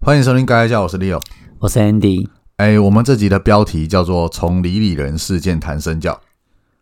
欢迎收听《该一下》，我是 Leo。我是 Andy，哎，我们这集的标题叫做“从李李人事件谈身教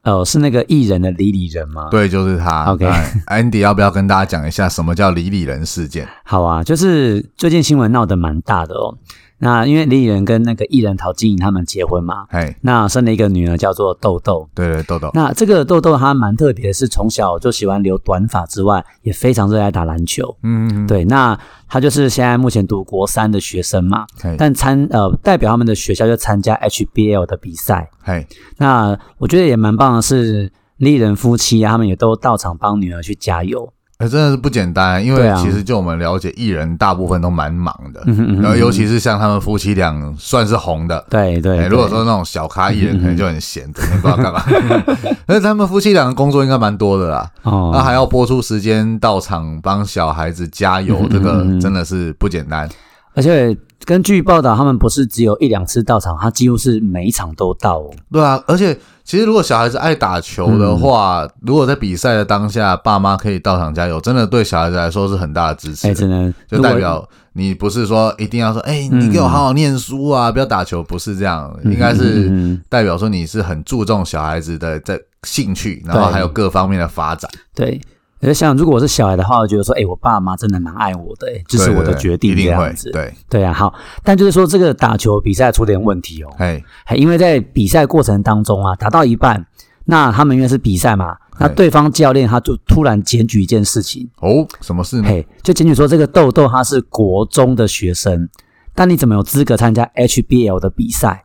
哦，是那个艺人的李李人”，吗？，对，就是他。啊 OK 哎 Andy 要不要跟大家讲一下什么叫李李人事件？好啊，就是最近新闻闹得蛮大的哦。那因为李李人跟那个艺人陶晶莹他们结婚嘛，哎，那生了一个女儿叫做豆豆。对对，豆豆，那这个豆豆她蛮特别的是，从小就喜欢留短发之外，也非常热爱打篮球。嗯，嗯，对，那她就是现在目前读国三的学生嘛，嗯嘿，但参呃代表他们的学校就参加 HBL 的比赛。嘿，那我觉得也蛮棒的是，丽人夫妻啊，他们也都到场帮女儿去加油。哎，真的是不简单，因为对啊其实就我们了解，艺人大部分都蛮忙的，嗯哼嗯哼然后尤其是像他们夫妻俩算是红的，对哎、对对嗯如果说那种小咖艺人，可能就很闲，整天不知道干嘛。 但是他们夫妻俩的工作应该蛮多的啦，哦，啊那、还要播出时间到场帮小孩子加油，这个嗯嗯嗯真的是不简单。而且根据报道，他们不是只有一两次到场，他几乎是每一场都到哦。对啊，而且其实如果小孩子爱打球嗯的话，如果在比赛的当下，爸妈可以到场加油，真的对小孩子来说是很大的支持哎，。真的，就如果代表你不是说一定要说，哎、你给我好好念书啊，不要打球，不是这样，应该嗯是嗯嗯代表说你是很注重小孩子的在兴趣，然后对还有各方面的发展。对。而且像如果我是小孩的话，我觉得说，哎，我爸妈真的蛮爱我的，哎，这是对我对的对决定一这定会样子。对，对啊，好。但就是说，这个打球比赛出点问题哦，哎，还因为在比赛过程当中啊，打到一半，那他们因为是比赛嘛，那嘿对方教练他就突然检举一件事情，哦，什么事呢？嘿，就检举说这个豆豆他是国中的学生，但你怎么有资格参加 HBL 的比赛？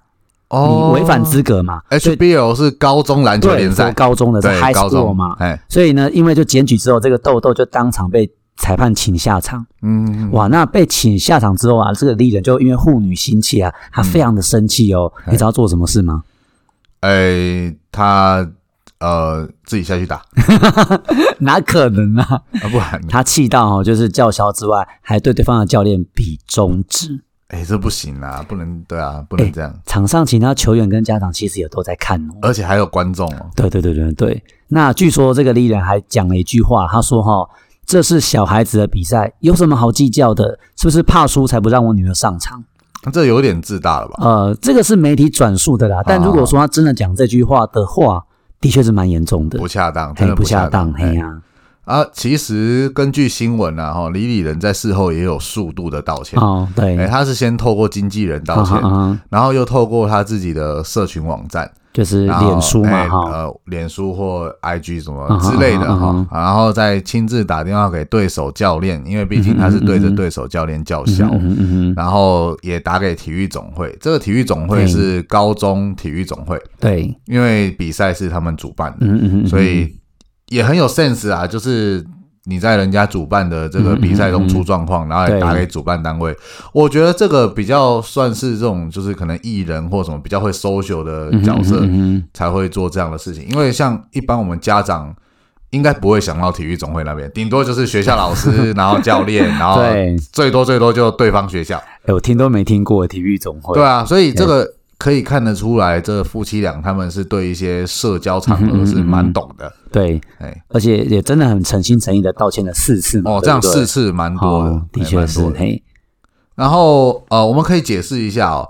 哦，你违反资格嘛？所以 HBL 是高中篮球对，联是赛，高中的是对 high 高 school 中嘛，哎，所以呢，因为就检举之后，这个豆豆就当场被裁判请下场。嗯，哇，那被请下场之后啊，这个丽人就因为护女心切啊，嗯她非常的生气哦。你知道做什么事吗？ 哎，他呃自己下 去打，啊、哪可能啊！不然她气到哦，就是叫嚣之外，还对对方的教练比中指。哎这不行啊，不能对啊，不能哎这样，场上其他球员跟家长其实也都在看哦。而且还有观众哦，对对对对对。那据说这个丽人还讲了一句话，他说、哈，这是小孩子的比赛，有什么好计较的？是不是怕输才不让我女儿上场？这有点自大了吧？呃，这个是媒体转述的啦。但如果说他真的讲这句话的话，的确是蛮严重的不，恰当，真嘿的不恰恰当，哎嘿呀、啊，其实根据新闻啊，哈，李李仁在事后也有速度的道歉。哦，对，哎，他是先透过经纪人道啊歉，哈啊哈然后又透过他自己的社群网站，就是然后脸书嘛，哎哈、呃，脸书或 IG 什么嗯哼之类的嗯哼哈嗯，然后再亲自打电话给对手教练，因为毕竟他是对着对手教练叫嚣，嗯嗯嗯，然后也打给体育总会。这个体育总会是高中体育总会，对，因为比赛是他们主办的，嗯嗯嗯，所以也很有 sense 啊，就是。你在人家主办的这个比赛嗯中出状况，然后也打给主办单位，我觉得这个比较算是这种，就是可能艺人或什么比较会 social 的嗯角色，嗯嗯嗯嗯才会做这样的事情。因为像一般我们家长应该不会想到体育总会那边，顶多就是学校老师，然后教练，然后 对，最多最多就对方学校。哎我听都没听过体育总会，对啊，所以这个可以看得出来，这夫妻俩他们是对一些社交场合是蛮懂的。对，哎，而且也真的很诚心诚意的道歉了四次嘛。哦，对不这样对四次蛮多的哦，的哎确蛮是多的嘿。然后呃，我们可以解释一下哦，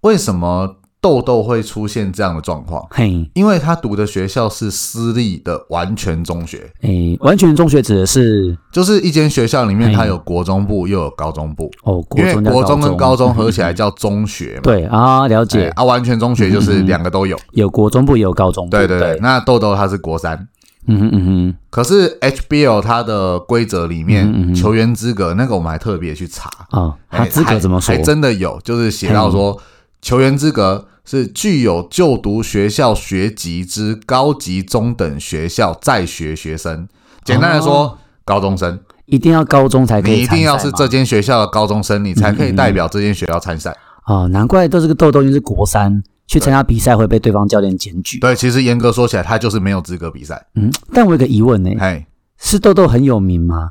为什么豆豆会出现这样的状况？嘿，因为他读的学校是私立的完全中学，诶，完全中学指的是就是一间学校里面，嘿它有国中部又有高中部，哦，因国为中加国中跟高中，中合起 来叫中学嘛。对啊，了对解，啊，完全中学就是两个都有。有国中部也有高中部，对对对对，，那豆豆他是国三，嗯哼嗯哼，可是 HBL 它的规则里嗯嗯面嗯球员资格那个我们还特别去查，哦，他哎资格还怎么说还？真的有，就是写到说球员资格。是具有就读学校学籍之高级中等学校在学学生，简单来说，哦高中生。一定要高中才可你以一参赛吗，嗯定要是这间学校的高中生，你才可以代表这间学校参赛。哦，难怪都是个豆豆，因为是国三去参加比赛会被对方教练检举。对，其实严格说起来，他就是没有资格比赛。嗯，但我有个疑问呢，哎，是豆豆很有名吗？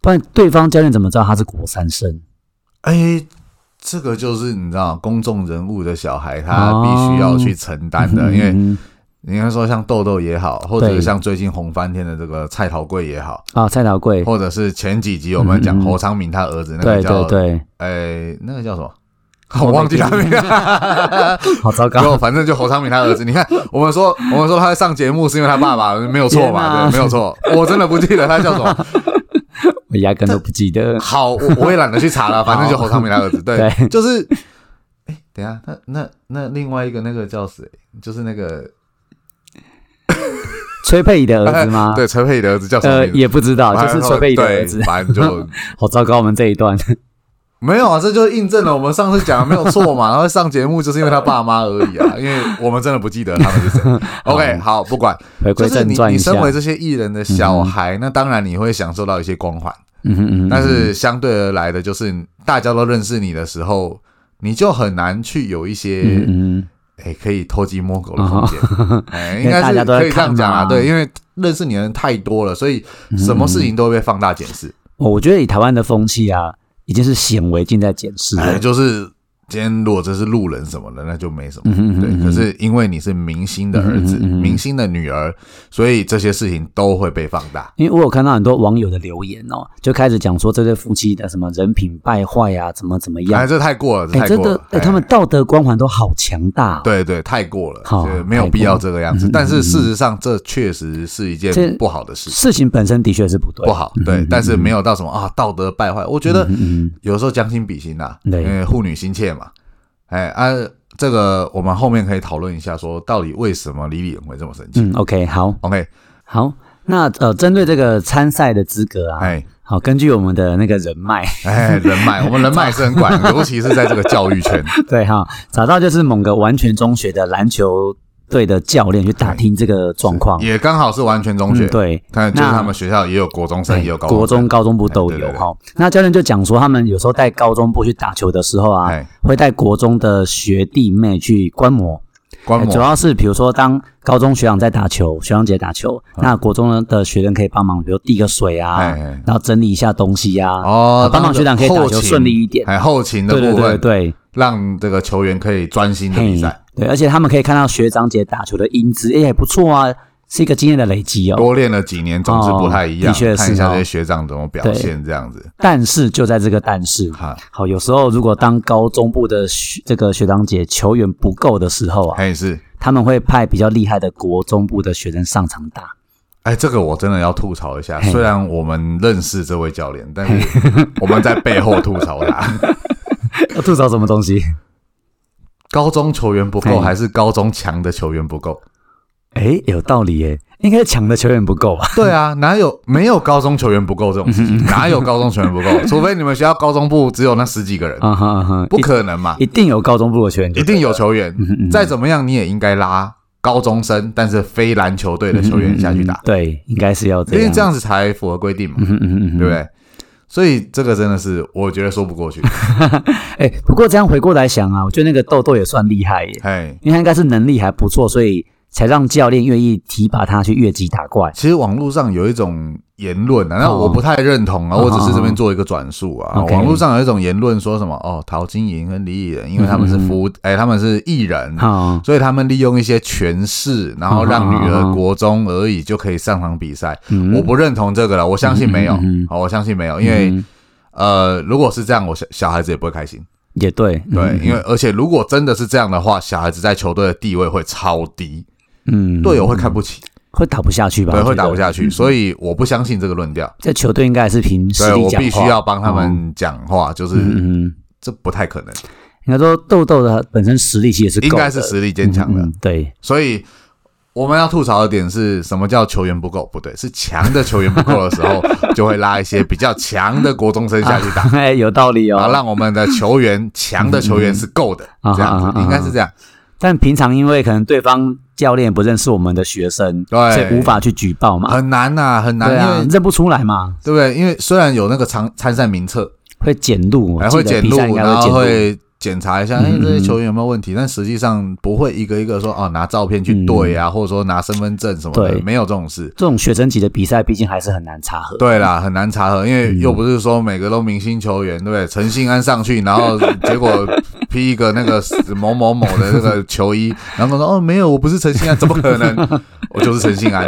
不然对方教练怎么知道他是国三生？哎，这个就是你知道，公众人物的小孩他必须要去承担的，因为哦嗯你看说像豆豆也好，或者像最近红翻天的这个蔡桃贵也好，啊，蔡桃贵，或者是前几集我们讲侯昌明他儿子那个嗯对叫对 对，哎那个叫什么？ 我忘记他名了，好糟然后糕，反正就侯昌明他儿子。你看，我们说我们说他会上节目是因为他爸爸没有错嘛？天哪对，没有错。我真的不记得他叫什么，我压根都不记 得。好，我我也懒得去查 了，反正就侯昌明他儿子，对，对就是，哎、等一下，那那那另外一个那个叫谁？就是那个崔佩仪的儿子吗？对陈佩仪的儿子叫什么呃，名字？也不知道，反就正是他崔们佩仪的儿子对。反正 就好糟糕，我们这一段没有啊，这就印证了我们上次讲的没有错嘛。然后上节目就是因为他爸妈而已啊，因为我们真的不记得他们是 谁。OK，好，不管，回就归是正你传一你下身。为这些艺人的小孩，那当然你会享受到一些光环。嗯哼嗯哼，但是相对而来的，就是大家都认识你的时候，你就很难去有一些嗯哎、可以偷鸡摸狗的空间， 哎、因为应该大家是都在可以这样讲啊。看嘛对，因为认识你的人太多了，所以什么事情都会被放大检视。哼，哦我觉得以台湾的风气啊，已经是显微镜在检视哎、了。就是今天如果这是路人什么的，那就没什么。嗯哼嗯哼嗯对，哼可是因为你是明星的儿子、嗯哼嗯哼明星的女儿，所以这些事情都会被放大。因为我有看到很多网友的留言哦，就开始讲说这对夫妻的什么人品败坏啊，怎么怎么哎，样。这太过了，这哎，太真过的了。，哎，他们道德光环都好强大哦。对对，太过了，好对，没有太过必要这个样子嗯。但是事实上，这确实是一件这嗯不好的事，事情本身的确是不对，不好。对，但是没有到什么啊道德败坏。我觉得嗯嗯嗯有时候将心比心呐，因对为护女心切嘛。哎啊，这个我们后面可以讨论一下，说到底为什么李李仁会这么生气嗯，OK，好？OK，好。那呃，针对这个参赛的资格啊，哎好，根据我们的那个人脉，哎，人脉，我们人脉是很广， 尤其是在这个教育圈。对哈，找到就是某个完全中学的篮球队的教练去打听这个状况，也刚好是完全嗯中学嗯，，对，但就是那他们学校也有国中生，也有高国中中、生，高中部都哎对有对对哈。那教练就讲说，他们有时候带高中部去打球的时候啊，哎，会带国中的学弟妹去观摩，观哎主摩，要是比如说当高中学长在打球，学长姐打球，那国中的学生可以帮忙，比如递个水啊，嗯哎哎然后整理一下东西啊，哦，帮忙学长可以打后球勤顺利一点。还后勤的对对部对分，对，让这个球员可以专心的嘿比赛，，对，而且他们可以看到学长姐打球的英姿，哎，也不错啊，是一个经验的累积哦。多练了几年总是不太一样，哦的确是哦看一下这些学长怎么表现这样子。但是就在这个但是，哈，好，有时候如果当高中部的学这个学长姐球员不够的时候啊，还是，他们会派比较厉害的国中部的学生上场打。哎，这个我真的要吐槽一下。嘿虽然我们认识这位教练，但是 我们在背后吐槽 他。 要吐槽什么东西？高中球员不够，嘿还是高中强的球员不够？哎，有道理耶，应该抢的球员不够吧？对啊，哪有没有高中球员不够这种事嗯情？哪有高中球员不够？除非你们学校高中部只有那十几个人， 啊哈啊哈，不可能嘛一，一定有高中部的球员就一定有球员。嗯嗯再怎么样，你也应该拉高中生，但是非篮球队的球员下嗯去打。对，应该是要嗯这因样，为这，样子才符合规定嘛，嗯嗯嗯，对不对？所以这个真的是我觉得说不过 去，哎，不过这样回过来想啊，我觉得那个豆豆也算厉害耶，嘿。因为他应该是能力还不错，所以才让教练愿意提拔他去越级打怪。其实网络上有一种言论啊，那哦我不太认同啊，哦我只是这边做一个转述啊。 OK 网络上有一种言论说什么哦，陶晶莹跟李艺人，因为他们是嗯服，哎、他们是艺人，好、所以他们利用一些权势，然后让女哦哦儿哦国中而已就可以上场比赛。嗯我不认同这个了，我相信没有，好、嗯嗯嗯我相信没有，因为、嗯呃，如果是这样，我小小孩子也不会开心。也对，嗯对，因为为而且如果真的是这样的话，小孩子在球队的地位会超低，嗯队友会看不起，会打不下去吧？对，我觉会得打不下去。所以我不相信这个论调，这球队应该还是凭实对力我讲话。必须要帮他们讲话，就嗯是嗯，嗯这不太可能，应该说豆豆的本身实力其实是应够的该是实力坚强嗯的嗯。对， 所以我们要吐槽的点是什么叫球员不够？不对，是强的球员不够的 时候，就会拉一些比较强的国中生下去打。哎，有道理然后哦。啊让我们的球员强的球员是够的，嗯嗯这样啊哈啊子哈应该是这样。但平常因为可能对方教练不认识我们的学生，对所以无法去举报嘛，很难呐、很难，对因啊为，认不出来嘛，对不对？因为虽然有那个参参赛名册，会检录，还哎我会记得检比录赛应，该然后会检录。嗯会检查一下，哎、这些球员有没有问题？但实际上不会一个一个说哦，拿照片去对啊，或者说拿身份证什么的，嗯对没有这种事。这种学生级的比赛，毕竟还是很难查核。对啦，很难查核，因嗯为又不是说每个都明星球员，对不对？陈信安上去，然 后结果披一个那个某某某的那个球衣，然后说哦，没有，我不是陈信安，怎么可 能？我就是陈信安。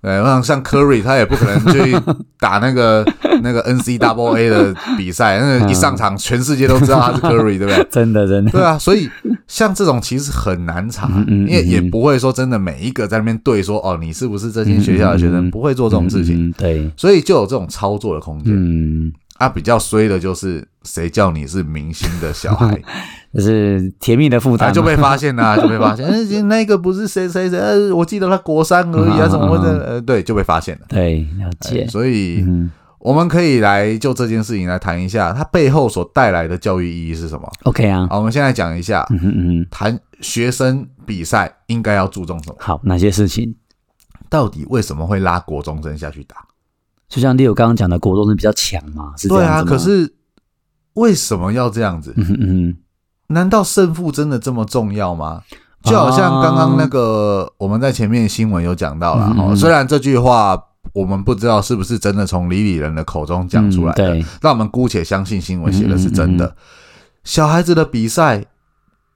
对，像像 Curry，他也不可能去打那 个那个 N C W A 的比赛，那嗯个一上场全世界都知道他是 Curry，对不 对？真的，真的，对啊，所以像这种其实很难查，嗯嗯嗯因为也嗯不会说真的每一个在那边对说哦，你是不是这间学校的学嗯嗯生？嗯不会做这种事情。嗯对，所以就有这种操作的空间。嗯，啊，比较衰的就是谁叫你是明星的小 孩，就是甜蜜的负啊 担嘛。就被发现啦、就被发现。哎那个不是谁谁谁，呃我记得他国三而已嗯啊，嗯怎么会嗯这？呃，对，就被发现了。对了解哎，所以嗯我们可以来就这件事情来谈一下，它背后所带来的教育意义是什么？ ，OK 啊，好，我们现在讲一下，嗯哼嗯哼，谈学生比赛应该要注重什么？好，哪些事情？到底为什么会拉国中生下去打？就像 Leo 刚刚讲的，国中生比较强嘛，是这对样啊，子吗可，是为什么要这样子？嗯哼嗯哼，难道胜负真的这么重要吗？就好像刚刚那个我们在前面新闻有讲到啦，啊嗯哦，嗯虽然这句话我们不知道是不是真的从李李人的口中讲出来嗯的对，嗯那、我们姑且相信新闻写的是真的。小孩子的比赛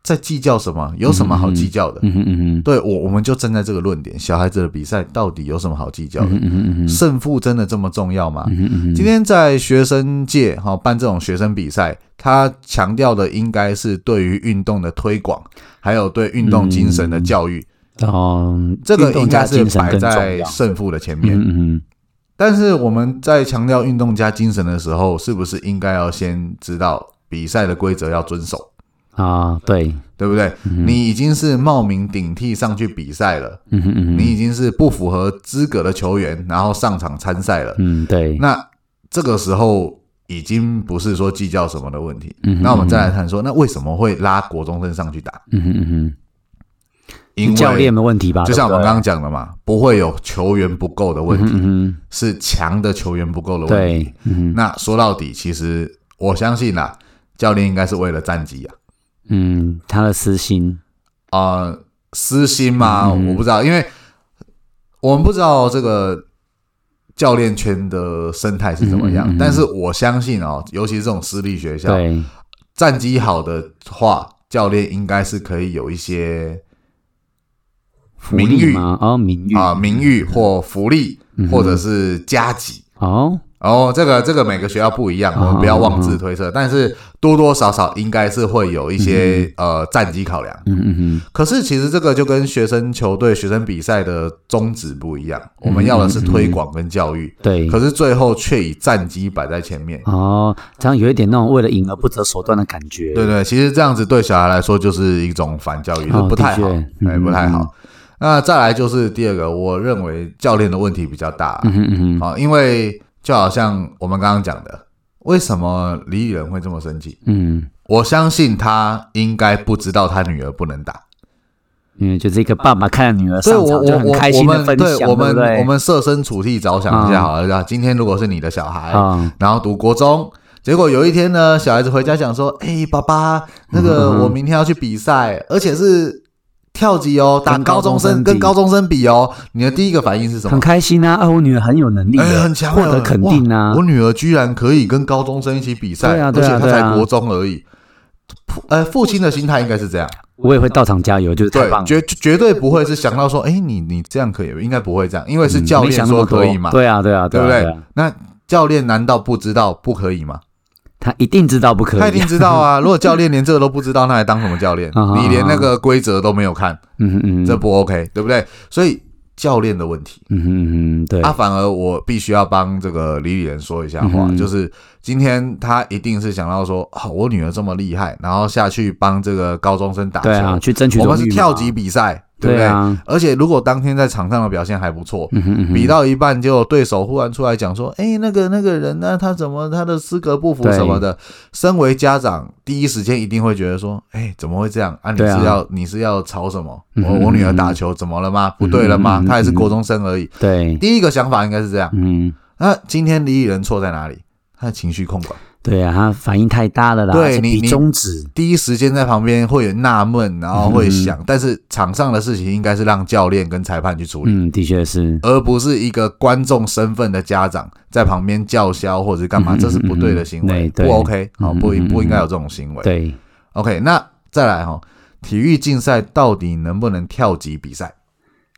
在计较什么？有什么好计较的？嗯哼嗯哼，对我，我们就站在这个论点，小孩子的比赛到底有什么好计较的？嗯哼嗯哼胜负真的这么重要吗？嗯哼嗯哼，今天在学生界哈、办这种学生比赛，他强调的应该是对于运动的推广，还有对运动精神嗯的教育，哦，这个运动应家该是精神摆更重在要胜负的前面。嗯嗯但是我们在强调运动加精神的时候，是不是应该要先知道比赛的规则要遵守？嗯啊，对，对不对？你已经是冒名顶替上去比赛了，嗯哼嗯哼，你已经是不符合资格的球员，然后上场参赛了。嗯对，那这个时候已经不是说计较什么的问题。嗯哼那我们再来谈说，那为什么会拉国中生上去打？嗯哼嗯因哼，为教练的问题吧，就像我们对刚刚讲的嘛，不会有球员不够的问不对，题，嗯是强的球员不够的哼，问题。对，嗯那说到底，其实我相信啦、教练应该是为了战绩啊，嗯，他的私心，啊、私心嗯吗？我不知道，因为我们不知道这个。教练圈的生态是怎么样？嗯嗯嗯嗯但是我相信哦，尤其是这种私立学校，对，战绩好的话，教练应该是可以有一些福名利誉吗？哦，名誉啊、名誉或福利，嗯或者是加级。哦，哦，这个这个每个学校不一样，啊我们不要妄自推测，但是多多少少应该是会有一些呃战绩考量。嗯嗯可是其实这个就跟学生球队、学生比赛的宗旨不一样，我们要的是推广跟教育，嗯，对，可是最后却以战绩摆在前面。哦，这样有一点那种为了赢而不择手段的感觉，对对，其实这样子对小孩来说就是一种反教育，哦这不太好的，确哎，嗯不太好。那再来就是第二个，我认为教练的问题比较大啊嗯，哼嗯哼，啊因为就好像我们刚刚讲的，为什么李雨仁会这么生气？嗯，我相信他应该不知道他女儿不能打，因为就是一个爸爸看着女儿所以上我场就我很我开我心的们分对享，我们对不对我们设身处地着想一下啊好了，今天如果是你的小孩，啊，然后读国中，结果有一天呢，小孩子回家讲说：“哎、爸爸，那个 我明天要去比赛，而且是跳级哦，打跟高高中中生生跟比高中生比哦。”你的第一个反应是什么很？开心啊，啊，我女儿很有能力哎、的，很强啊，获得肯定啊哇我，女儿居然可以跟高中生一起比赛，对啊而对啊且她对啊才国中而已。父呃，父亲的心态应该是这样，我也会到场加油，就是太对，棒了，绝绝对不会是想到说，哎、你你这样可以，应该不会这样，因为是嗯教没练想那么说可多以嘛，对啊对啊对啊不对对啊？那教练难道不知道不可以吗？他一定知道不可他一以定，知道 啊！如果教练连这个都不知道，那还当什么教练啊啊？啊你连那个规则都没有看，嗯嗯这不 OK，对不对？所以教练的问题嗯嗯嗯，对啊，反而我必须要帮这个李李仁说一下话，嗯就是今天他一定是想到说，哦，我女儿这么厉害，然后下去帮这个高中生打球，对啊，去争取我荣们誉是嘛跳级，比赛，对不对？对啊，而且如果当天在场上的表现还不错，嗯哼嗯哼，比到一半，结果对手忽然出来讲说：“哎、那个那个人呢、他怎么他的资格不符对什么的？”身为家长，第一时间一定会觉得说：“哎、怎么会这样啊？你是对啊要、你是要吵什么？嗯我我女儿打球怎么了吗？不对了吗？嗯嗯嗯她也是国中生而已。对，第一个想法应该是这样。嗯，那今天李雨仁错在哪里？他的情绪控管，对啊，他反应太大了啦，对而且你比你中指，第一时间在旁边会有纳闷，然后嗯会想，但是场上的事情应该是让教练跟裁判去处理，嗯，的确是，而不是一个观众身份的家长在旁边叫嚣或者是干嘛，嗯嗯这是不对的行为，嗯嗯对不 OK，嗯好、嗯不嗯嗯不应该有这种行为。对， OK，那再来哈、哦，体育竞赛到底能不能跳级比赛？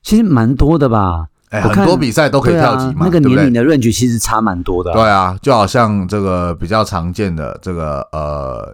其实蛮多的吧，哎，我看很多比赛都可以对跳级啊，嘛，那个对不年龄对？的 range 其实差蛮多的啊、对啊，就好像这个比较常见的这个呃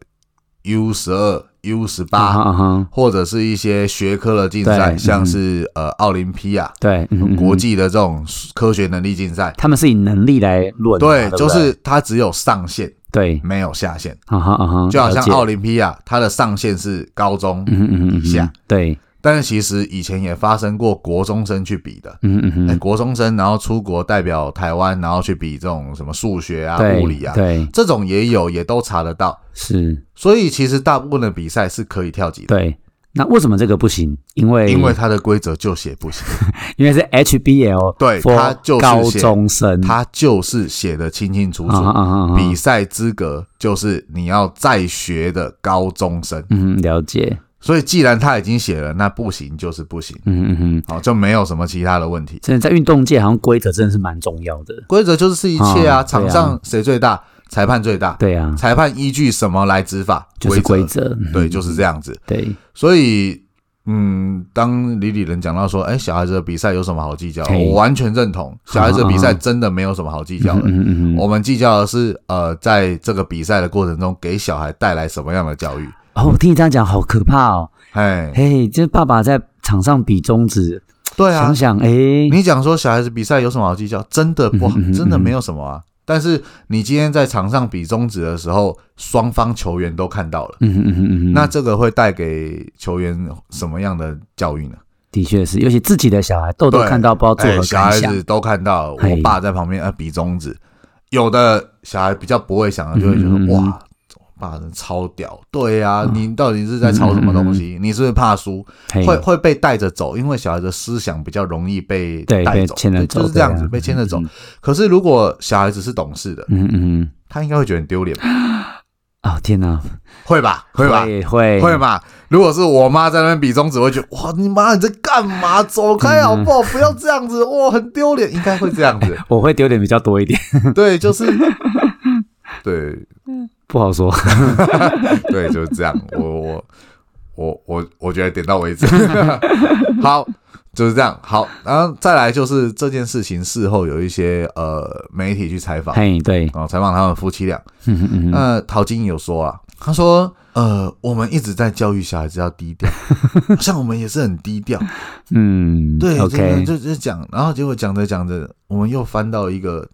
U 十二、U 十啊哈八，啊哈，或者是一些学科的竞赛，对像嗯是呃奥林匹亚对，嗯嗯国嗯际的这种科学能力竞赛，他们是以能力来论嘛，对对，不对，就是它只有上限，对，没有下限。啊哈啊哈，就好像了解奥林匹亚，它的上限是高中嗯嗯嗯嗯以下嗯，，对，但是其实以前也发生过国中生去比的。嗯嗯哎，嗯，国中生然后出国代表台湾，然后去比这种什么数学啊、对物理啊，对，这种也有，也都查得到。是，所以其实大部分的比赛是可以跳级的，对。那为什么这个不行？因为因为它的规则就写不行，因为是 HBL，对 for 它就是高写中生，它就是写的清清楚嗯啊哈楚。啊哈啊哈比赛资格就是你要在学的高中生，嗯，了解，所以既然他已经写了，那不行就是不行，嗯嗯嗯，好就没有什么其他的问题。真的在运动界好像规则真的是蛮重要的，规则就是一切啊，啊场对啊上谁最大，裁判最大，对啊，裁判依据什么来执法？就是规规，则，嗯对，就是这样子。对，所以，嗯，当李李仁讲到说，哎，小孩子的比赛有什么好计较？嘿我完全认同，小孩子的比赛真的没有什么好计较嗯的。嗯嗯嗯，我们计较的是，呃，在这个比赛的过程中，给小孩带来什么样的教育？哦，我听你这样讲好可怕哦，哎，嘿，这爸爸在场上比中指，对啊想，想，哎，你讲说小孩子比赛有什么好计较？真的不好嗯哼嗯，哼真的没有什么啊。但是你今天在场上比中指的时候，双方球员都看到了，嗯嗯嗯嗯嗯，那这个会带给球员什么样的教育呢？的确是，尤其自己的小孩豆豆对看到不知道作哎，哦何小感孩想，子都看到，我嘿爸在旁边啊比中指，有的小孩比较不会想的，就会觉得、嗯嗯嗯嗯哇，我爸真超屌，对呀、你到底是在吵什么东西？你是不是怕输？嘿会会被带着走，因为小孩的思想比较容易被对带被走，牵着对走就是这样子对啊被牵着走嗯嗯。可是如果小孩子是懂事的，嗯嗯嗯，他应该会觉得很丢脸吧， 哦天哪，会吧？会吧？会会会？吧？如果是我妈在那边比中指，我会觉得哇，你妈你在干嘛？走开好不好？不要这样子，哇，很丢脸，应该会这样 子。我会丢脸比较多一点， 对，就是对不好说。对，就是这样。我我我我我觉得点到为 止。好，就是这样。好，然后再来就是这件事情事后有一些呃媒体去采访，嘿，对，哦，采访他们夫妻俩。嗯嗯嗯嗯，那陶晶莹有说啊，她说呃，我们一直在教育小孩子要低 调，像我们也是很低调，嗯，对，OK，就就就讲，然后结果讲着讲着，我们又翻到一个。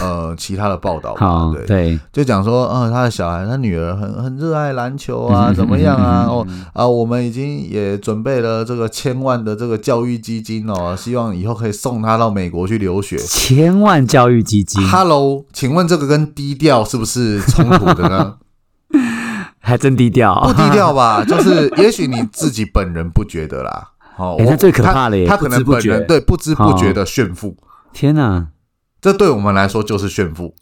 呃，其他的报道嘛，好，对，对，就讲说，呃，他的小孩，他女儿很很热爱篮球啊，嗯怎么样 啊？嗯哦啊，我们已经也准备了这个千万的这个教育基金哦，希望以后可以送他到美国去留学。千万教育基金 Hello，请问这个跟低调是不是冲突的呢？还真低调，不低调 吧，就是也许你自己本人不觉得啦。哦，哎我那最可怕了耶他他可能不知本不觉人对不知不觉的炫富，天哪，这对我们来说就是炫富。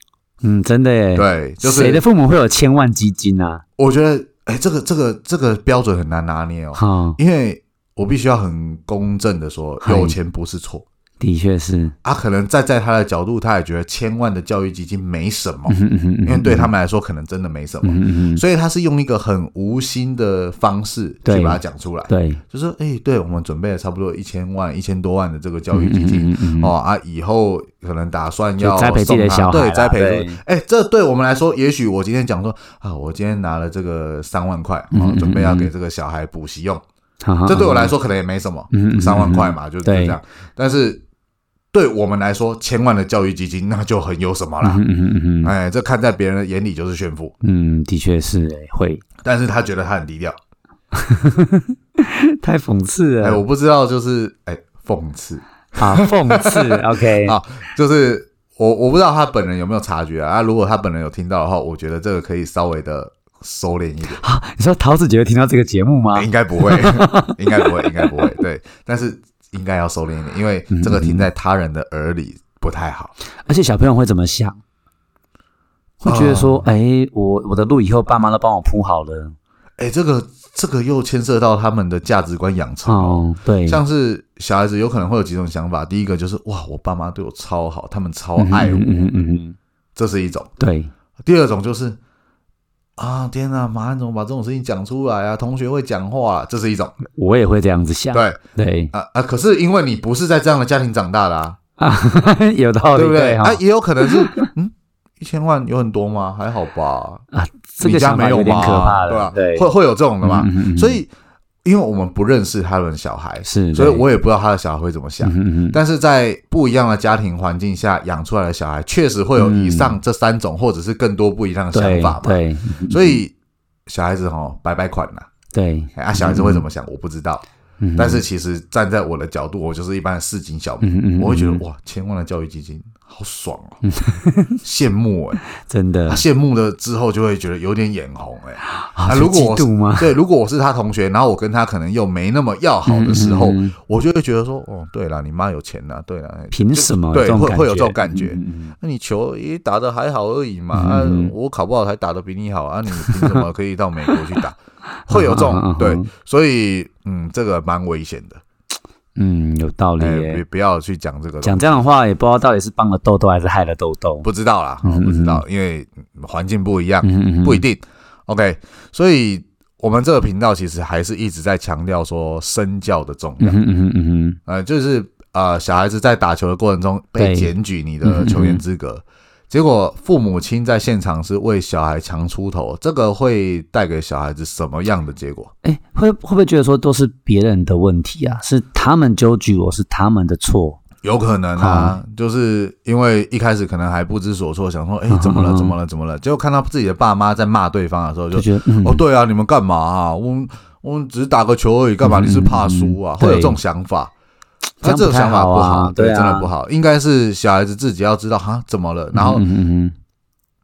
嗯，真的耶，，对，就谁的是父母会有千万基金啊？我觉得，哎，这个这个这个标准很难拿捏哦。哈，因为我必须要很公正的说，嗨有钱不是错。的确是，啊，可能站在他的角度，他也觉得千万的教育基金没什么，嗯嗯嗯因为对他们来说可能真的没什嗯么，嗯嗯，所以他是用一个很无心的方式去对把它讲出来，对，就是哎、对我们准备了差不多一千万、一千多万的这个教育基金。嗯嗯嗯哦啊，以后可能打算要就栽培自己送的他小孩啦对，栽培对出。哎，这对我们来说，也许我今天讲说啊，我今天拿了这个三万块，嗯哦嗯，嗯准备要嗯给这个小孩补习用，好好这对我好来说可能也没什么嗯嗯，嗯三万块嘛，就就对这样。但是对我们来说，千万的教育基金那就很有什么啦嗯。嗯嗯嗯嗯哎，这看在别人的眼里就是炫富，嗯，的确是哎，会但是他觉得他很低调。太讽刺哎，我了不知道，就是哎，讽刺啊，讽刺，OK，啊，就是我我不知道他本人有没有察觉啊。啊如果他本人有听到的话，我觉得这个可以稍微的收敛一点，你说桃子姐会听到这个节目吗哎？应该不会，应该不会，应该不会。对，但是应该要收敛一点，因为嗯这个听在他人的耳里不太好。而且小朋友会怎么想？会觉得说，哎、我我的路以后爸妈都帮我铺好了。哎、这个这个又牵涉到他们的价值观养成哦。哦，对，像是小孩子有可能会有几种想法，第一个就是哇，我爸妈对我超好，他们超嗯哼爱我，嗯哼嗯哼嗯哼，这是一种；对，第二种就是啊，天哪，马汉怎么把这种事情讲出来啊？同学会讲话、这是一种。我也会这样子想。对对啊啊，可是因为你不是在这样的家庭长大的啊，啊， 有道理，对不对？哈啊，也有可能是 嗯。一千万有很多吗？还好吧，啊， 这你个家想法没有点吗？可怕对吧、了，对，会会有这种的嘛？嗯嗯嗯嗯所以，因为我们不认识他们的小孩，是，所以对我也不知道他的小孩会怎么想。嗯哼嗯哼但是在不一样的家庭环境下养出来的小孩，确实会有以上这三种、或者是更多不一样的想对法嘛。对所以小孩子哦，白白款啦、对，哎啊，小孩子会怎么想，我不知道。嗯哼但是其实站在我的角度，我就是一般的市井小民，嗯嗯嗯我会觉得哇，千万的教育基金好爽 哦，羡慕哎、真的啊羡慕了之后就会觉得有点眼红哎、啊，是如果我嫉是妒吗？对，如果我是他同学，然后我跟他可能又没那么要好的时候，嗯嗯嗯我就会觉得说，哦，对了，你妈有钱呐，对了，凭什么？对这种会感会有觉这种感觉嗯嗯嗯那你球也打的还好而已嘛，啊嗯嗯嗯，我考不好还打的比你好啊，你凭什么可以到美国去 打？会有这嗯种嗯嗯对，所以嗯，这个蛮危险的，嗯，有道理哎，耶不。不要去讲这个东西，讲这样的话，也不知道到底是帮了豆豆还是害了豆豆。不知道啦，嗯哦嗯不知道，因为嗯环境不一样，嗯嗯嗯不一定。OK，所以我们这个频道其实还是一直在强调说身教的重要嗯。哼嗯哼嗯哼呃，就是呃，小孩子在打球的过程中被对嗯检举你的球员资格，结果父母亲在现场是为小孩强出头，这个会带给小孩子什么样的结果？哎，会会不会觉得说都是别人的问题啊？是他们纠举我，是他们的错。有可能啊，就是因为一开始可能还不知所措，想说，哎、嗯怎么了？嗯怎么了？怎么了？结果看到自己的爸妈在骂对方的时候就，就觉得嗯哦，对啊，你们干嘛啊？我们我们只是打个球而已，干嘛？嗯你是怕输啊？嗯会有这对种想法。这那样这种不太想法好不啊对，对啊真的不好。应该是小孩子自己要知道哈，怎么了？然后嗯嗯哦嗯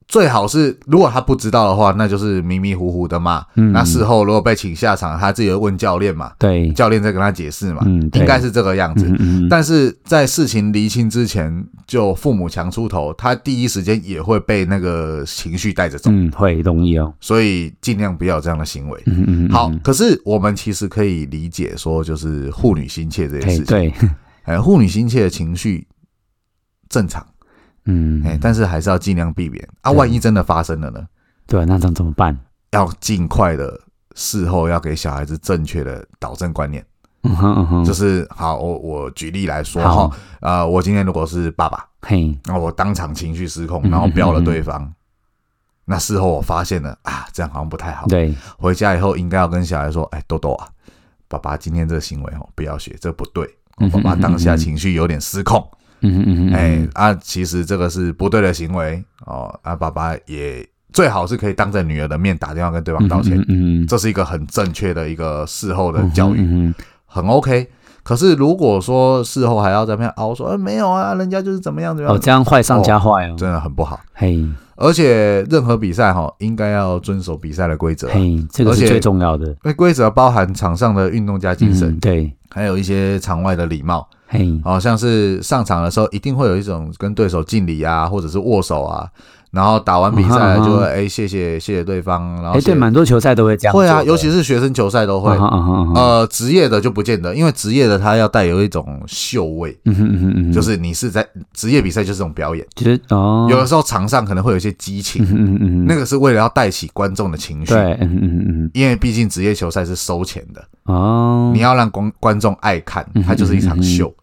最好是，如果他不知道的话，那就是迷迷糊糊的嘛。嗯那事后如果被请下场，他自己会问教练嘛，对，教练再跟他解释嘛，嗯对应该是这个样子。嗯嗯嗯但是在事情厘清之前，就父母强出头，他第一时间也会被那个情绪带着走，嗯会容易哦。所以尽量不要有这样的行为。嗯嗯嗯好，可是我们其实可以理解说，就是护女心切这件哎事情。对，哎，护女心切的情绪正常，嗯哎，但是还是要尽量避免啊。对万一真的发生了呢？对，啊那这样怎么办？要尽快的事后要给小孩子正确的导正观念，嗯哼嗯哼，就是好，我我举例来说好哈，呃，我今天如果是爸爸，嘿，那我当场情绪失控，嗯然后飙了嗯嗯对方。那事后我发现了啊，这样好像不太好。对，回家以后应该要跟小孩说：“哎，豆豆啊，爸爸今天这个行为哦，不要学，这不对。嗯爸哼爸当下嗯哼情绪有点失控，嗯嗯嗯，嗯哎、，啊，其实这个是不对的行为哦。啊，爸爸也最好是可以当着女儿的面打电话跟对方道歉，嗯嗯，嗯这是一个很正确的一个事后的教育，嗯嗯嗯很 OK。可是如果说事后还要在那边凹说，哎，没有啊，人家就是怎么样怎么哦，样，这样坏上加坏哦，真的很不好。嘿，而且任何比赛哈，应该要遵守比赛的规则啊，因嘿，这个而是且最重要的，为规则包含场上的运动家精神，嗯对，还有一些场外的礼貌。嘿，好、像是上场的时候一定会有一种跟对手敬礼啊，或者是握手啊，然后打完比赛了嗯哼就嗯会哼哎、谢谢谢谢对方，然后哎，谢对，蛮多球赛都会这样做会的，啊，尤其是学生球赛都会，嗯哼嗯哼嗯哼呃，职业的就不见得，因为职业的他要带有一种秀味，嗯哼嗯哼嗯哼，就是你是在职业比赛就是这种表演，就是哦，有的时候场上可能会有一些激情，嗯哼嗯哼嗯，那个个是为了要带起观众的情绪对，，嗯哼嗯哼嗯因为毕竟职业球赛是收钱的，哼，哦，你要让观观众爱看，它就是一场嗯哼嗯哼秀。了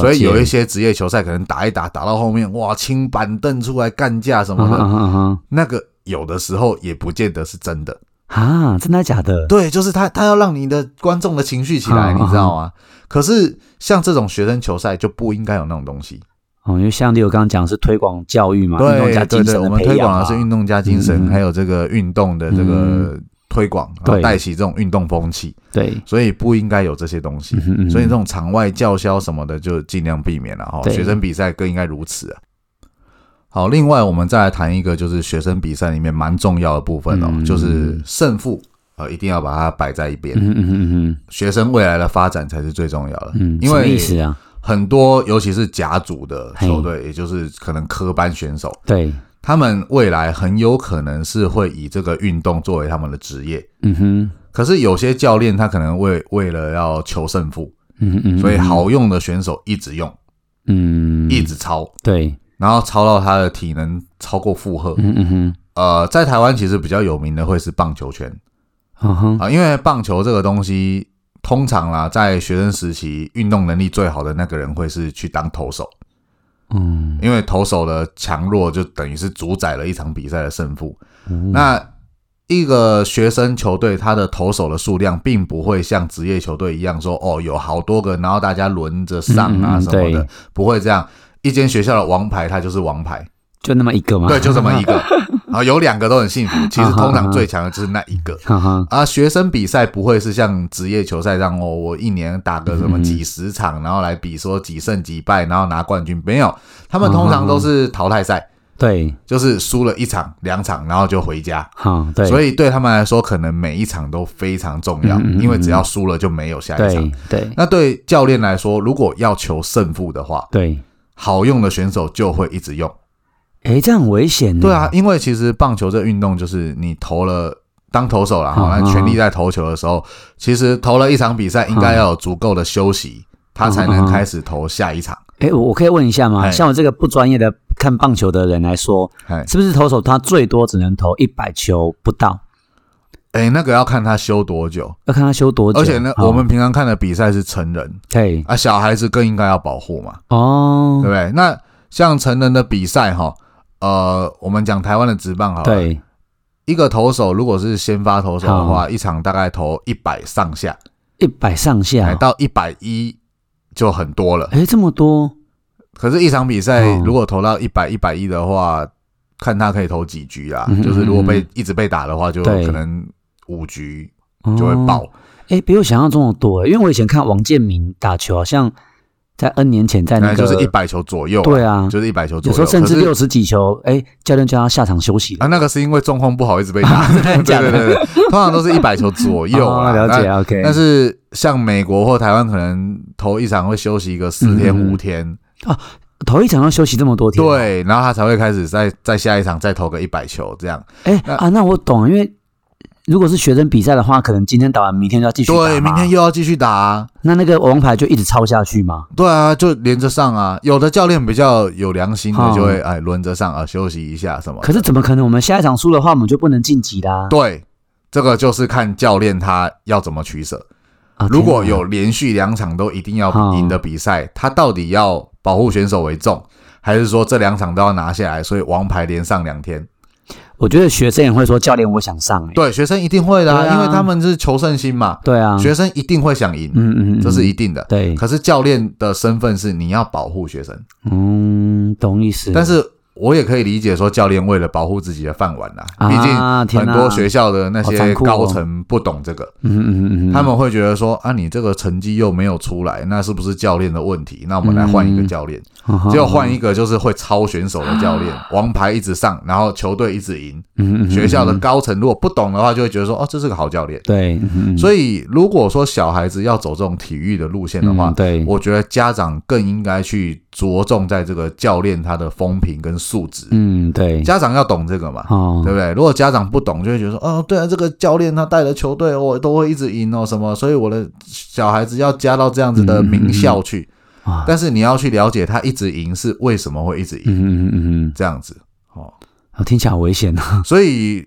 所以有一解些职业球赛可能打一打，打到后面哇，清板凳出来干架什么嗯哼的，嗯哼嗯哼那个有的时候也不见得是真的。啊，真的假的？对，就是他他要让你的观众的情绪起来，嗯你知道吗？可是像这种学生球赛就不应该有那种东西。哦，因为像例如刚刚讲是推广教育嘛，运动对家对精对，神的我们培推养广嘛的是运动家精神，嗯嗯嗯还有这个运动的这个推广，然后对带起这种运动风气，对，所以不应该有这些东西嗯。哼嗯哼所以这种场外叫嚣什么的，就尽量避免了哈。对学生比赛更应该如此啊。好，另外我们再来谈一个，就是学生比赛里面蛮重要的部分哦，嗯就是胜负，呃，一定要把它摆在一边。嗯哼嗯哼嗯学生未来的发展才是最重要的，哼嗯，因什么为意思啊？很多尤其是甲组的球队，也就是可能科班选手，对，他们未来很有可能是会以这个运动作为他们的职业。嗯哼，可是有些教练他可能为为了要求胜负，嗯哼嗯，所以，好用的选手一直用，嗯，一直超，对，然后超到他的体能超过负荷。嗯嗯哼，呃，在台湾其实比较有名的会是棒球圈嗯哼，啊、因为棒球这个东西。通常啦，在学生时期，运动能力最好的那个人会是去当投手，嗯，因为投手的强弱就等于是主宰了一场比赛的胜负。嗯那一个学生球队，他的投手的数量并不会像职业球队一样说哦，有好多个，然后大家轮着上嗯啊嗯嗯什么的，对不会这样。一间学校的王牌，他就是王牌，就那么一个嘛，对，就这 么一个。然后有两个都很幸福，啊其实通常最强的就是那一个。哈哈，啊，学生比赛不会是像职业球赛这样哦，我一年打个嗯什么几十场，然后来比说几胜几败，然后拿冠军。没有，他们通常都是淘汰嗯赛，对，就是输了一场、两场，然后就回家。好，对，所以以对他们来说，可能每一场都非常重要，嗯嗯嗯因为只要输了就没有下一场对。对那对教练来说，如果要求胜负的话，对，好用的选手就会一直用。哎，这样很危险呢，对啊，因为其实棒球这运动就是你投了当投手啦，哈、嗯那全嗯力在投球的时候，其实投了一场比赛，应该要有足够的休息，他才嗯能开始投下一场。哎，我我可以问一下吗？哎像我这个不专业的看棒球的人来说，哎是不是投手他最多只能投一百球不到？哎，那个要看他休多久，要看他修多久。而且呢，哦我们平常看的比赛是成人对啊，小孩子更应该要保护嘛，对哦，不对？那像成人的比赛哈，呃，我们讲台湾的职棒好了，对，一个投手如果是先发投手的话，一场大概投一百上下，一百上哎，下，到一百一就很多了。哎，这么多，可是，一场比赛嗯如果投到一百一百一的话，看他可以投几局啦。嗯就是如果嗯被一直被打的话，就对可能五局就会爆。哦。哎，比我想象中的多，因为我以前看王建民打球，好像在 N 年前在大哎那概个就是一百球左右啊，对啊就是一百球左有右。时候甚至可是六十几球，哎，教练叫他下场休息了。啊，那个是因为状况不好一直被 打，对 假对的对，对通常都是一百球左右哦啦。了解啊那，OK。但是像美国或台湾，可能投一场会休息个四天嗯嗯嗯五天，头一场要休息这么多天，，对，然后他才会开始再再下一场再投个一百球这样。哎那啊，那我懂了，因为如果是学生比赛的话，可能今天打完，明天就要继续打嘛对，明天又要继续打啊、那那个王牌就一直抄下去嘛。对啊，就连着上啊。有的教练比较有良心哦的，就会哎轮着上啊，休息一下什么。可是怎么可能？我们下一场输的话，我们就不能晋级啦。对，这个就是看教练他要怎么取舍。啊如果，天有连续两场都一定要哦赢的比赛，他到底要保护选手为重，还是说这两场都要拿下来？所以王牌连上两嗯天。哪我觉得学生也会说教练，我想上、欸。对，学生一定会的啊、对啊因为他们是求胜心嘛，对啊，学生一定会想赢，嗯嗯嗯，这是一定的。对，可是教练的身份是你要保护学生。嗯，懂意思。但是我也可以理解说，教练为了保护自己的饭碗啦、啊毕竟天很哪多学校的那好残些酷哦高层不懂这个，嗯，嗯嗯嗯嗯，他们会觉得说啊，你这个成绩又没有出来，那是不是教练的问题？那我们来换一个教练，们结果换一个就是会超选手的教练，王牌一直上，然后球队一直赢。啊嗯嗯嗯学校的高层如果不懂的话，就会觉得说哦，这是个好教练。对，嗯嗯所以，如果说小孩子要走这种体育的路线的话，嗯对我觉得家长更应该去着重在这个教练他的风评跟素质。嗯对，家长要懂这个嘛，哦对不对？如果家长不懂，就会觉得说，哦，对啊，这个教练他带的球队我都会一直赢哦，什么，所以我的小孩子要加到这样子的名校去。啊但是你要去了解他一直赢是为什么会一直赢、嗯嗯嗯嗯嗯这样子哦，哦，听起来好危险啊。所以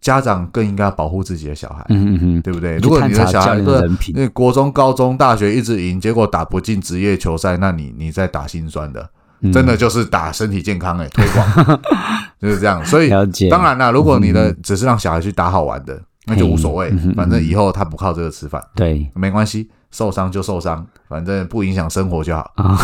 家长更应该保护自己的小孩，嗯嗯嗯，对不对？去如果你的探查小教孩练的对。人品，那国中、高中、大学一直赢，结果打不进职业球赛，那你你在打心酸的，嗯真的就是打身体健康哎、推 广就是这样。所以了解。当然啦，如果你的只是让小孩去打好玩的，那就无所谓嗯嗯嗯嗯，反正以后他不靠这个吃饭，对没关系，受伤就受伤，反正不影响生活就好。啊，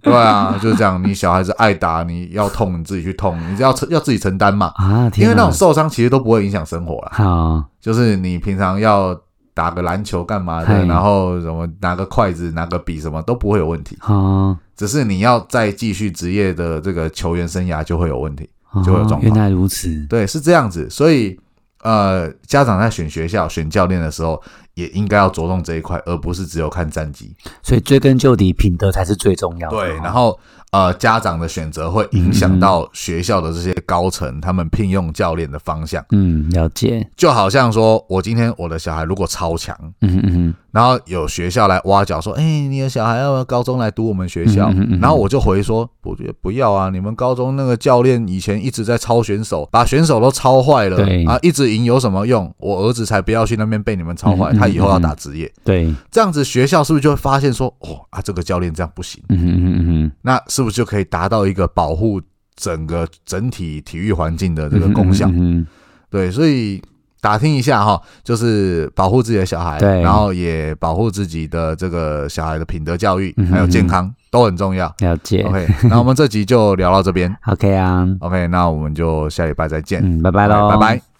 对 啊，就是这样。你小孩子爱打，你要痛你自己去痛，你只要承要自己承担 嘛。啊，因天为那哪种受伤其实都不会影响生活啦，好，就是你平常要打个篮球干嘛嘿的，然后什么拿个筷子、拿个笔什么都不会有问题，好，只是你要再继续职业的这个球员生涯就会有问题。就会有状况哦原来如此，对，是这样子。所以呃，家长在选学校、选教练的时候，也应该要着重这一块，而不是只有看战绩。所以追根究底，品德才是最重要的。对，然后后呃，家长的选择会影响到学校的这些高层，他们聘用教练的方向。嗯，了解，就好像说，我今天我的小孩如果超强，嗯哼嗯哼然后有学校来挖角说，哎、你的小孩要不要高中来读我们学校？嗯嗯嗯嗯然后我就回说，我觉得不要啊，你们高中那个教练以前一直在抄选手，把选手都抄坏了对啊，一直赢有什么用？我儿子才不要去那边被你们抄坏，嗯嗯嗯他以后要打职业。对，这样子学校是不是就会发现说，哦啊，这个教练这样不行？嗯哼嗯哼嗯哼那是不是就可以达到一个保护整个整体体育环境的这个功效？嗯哼嗯哼对，所以打听一下哈，就是保护自己的小孩，对然后也保护自己的这个小孩的品德教育，嗯哼还有健康都很重要。了解 OK，那我们这集就聊到这边。 ，OK 啊， OK，那我们就下礼拜再见，嗯，拜拜喽，拜拜。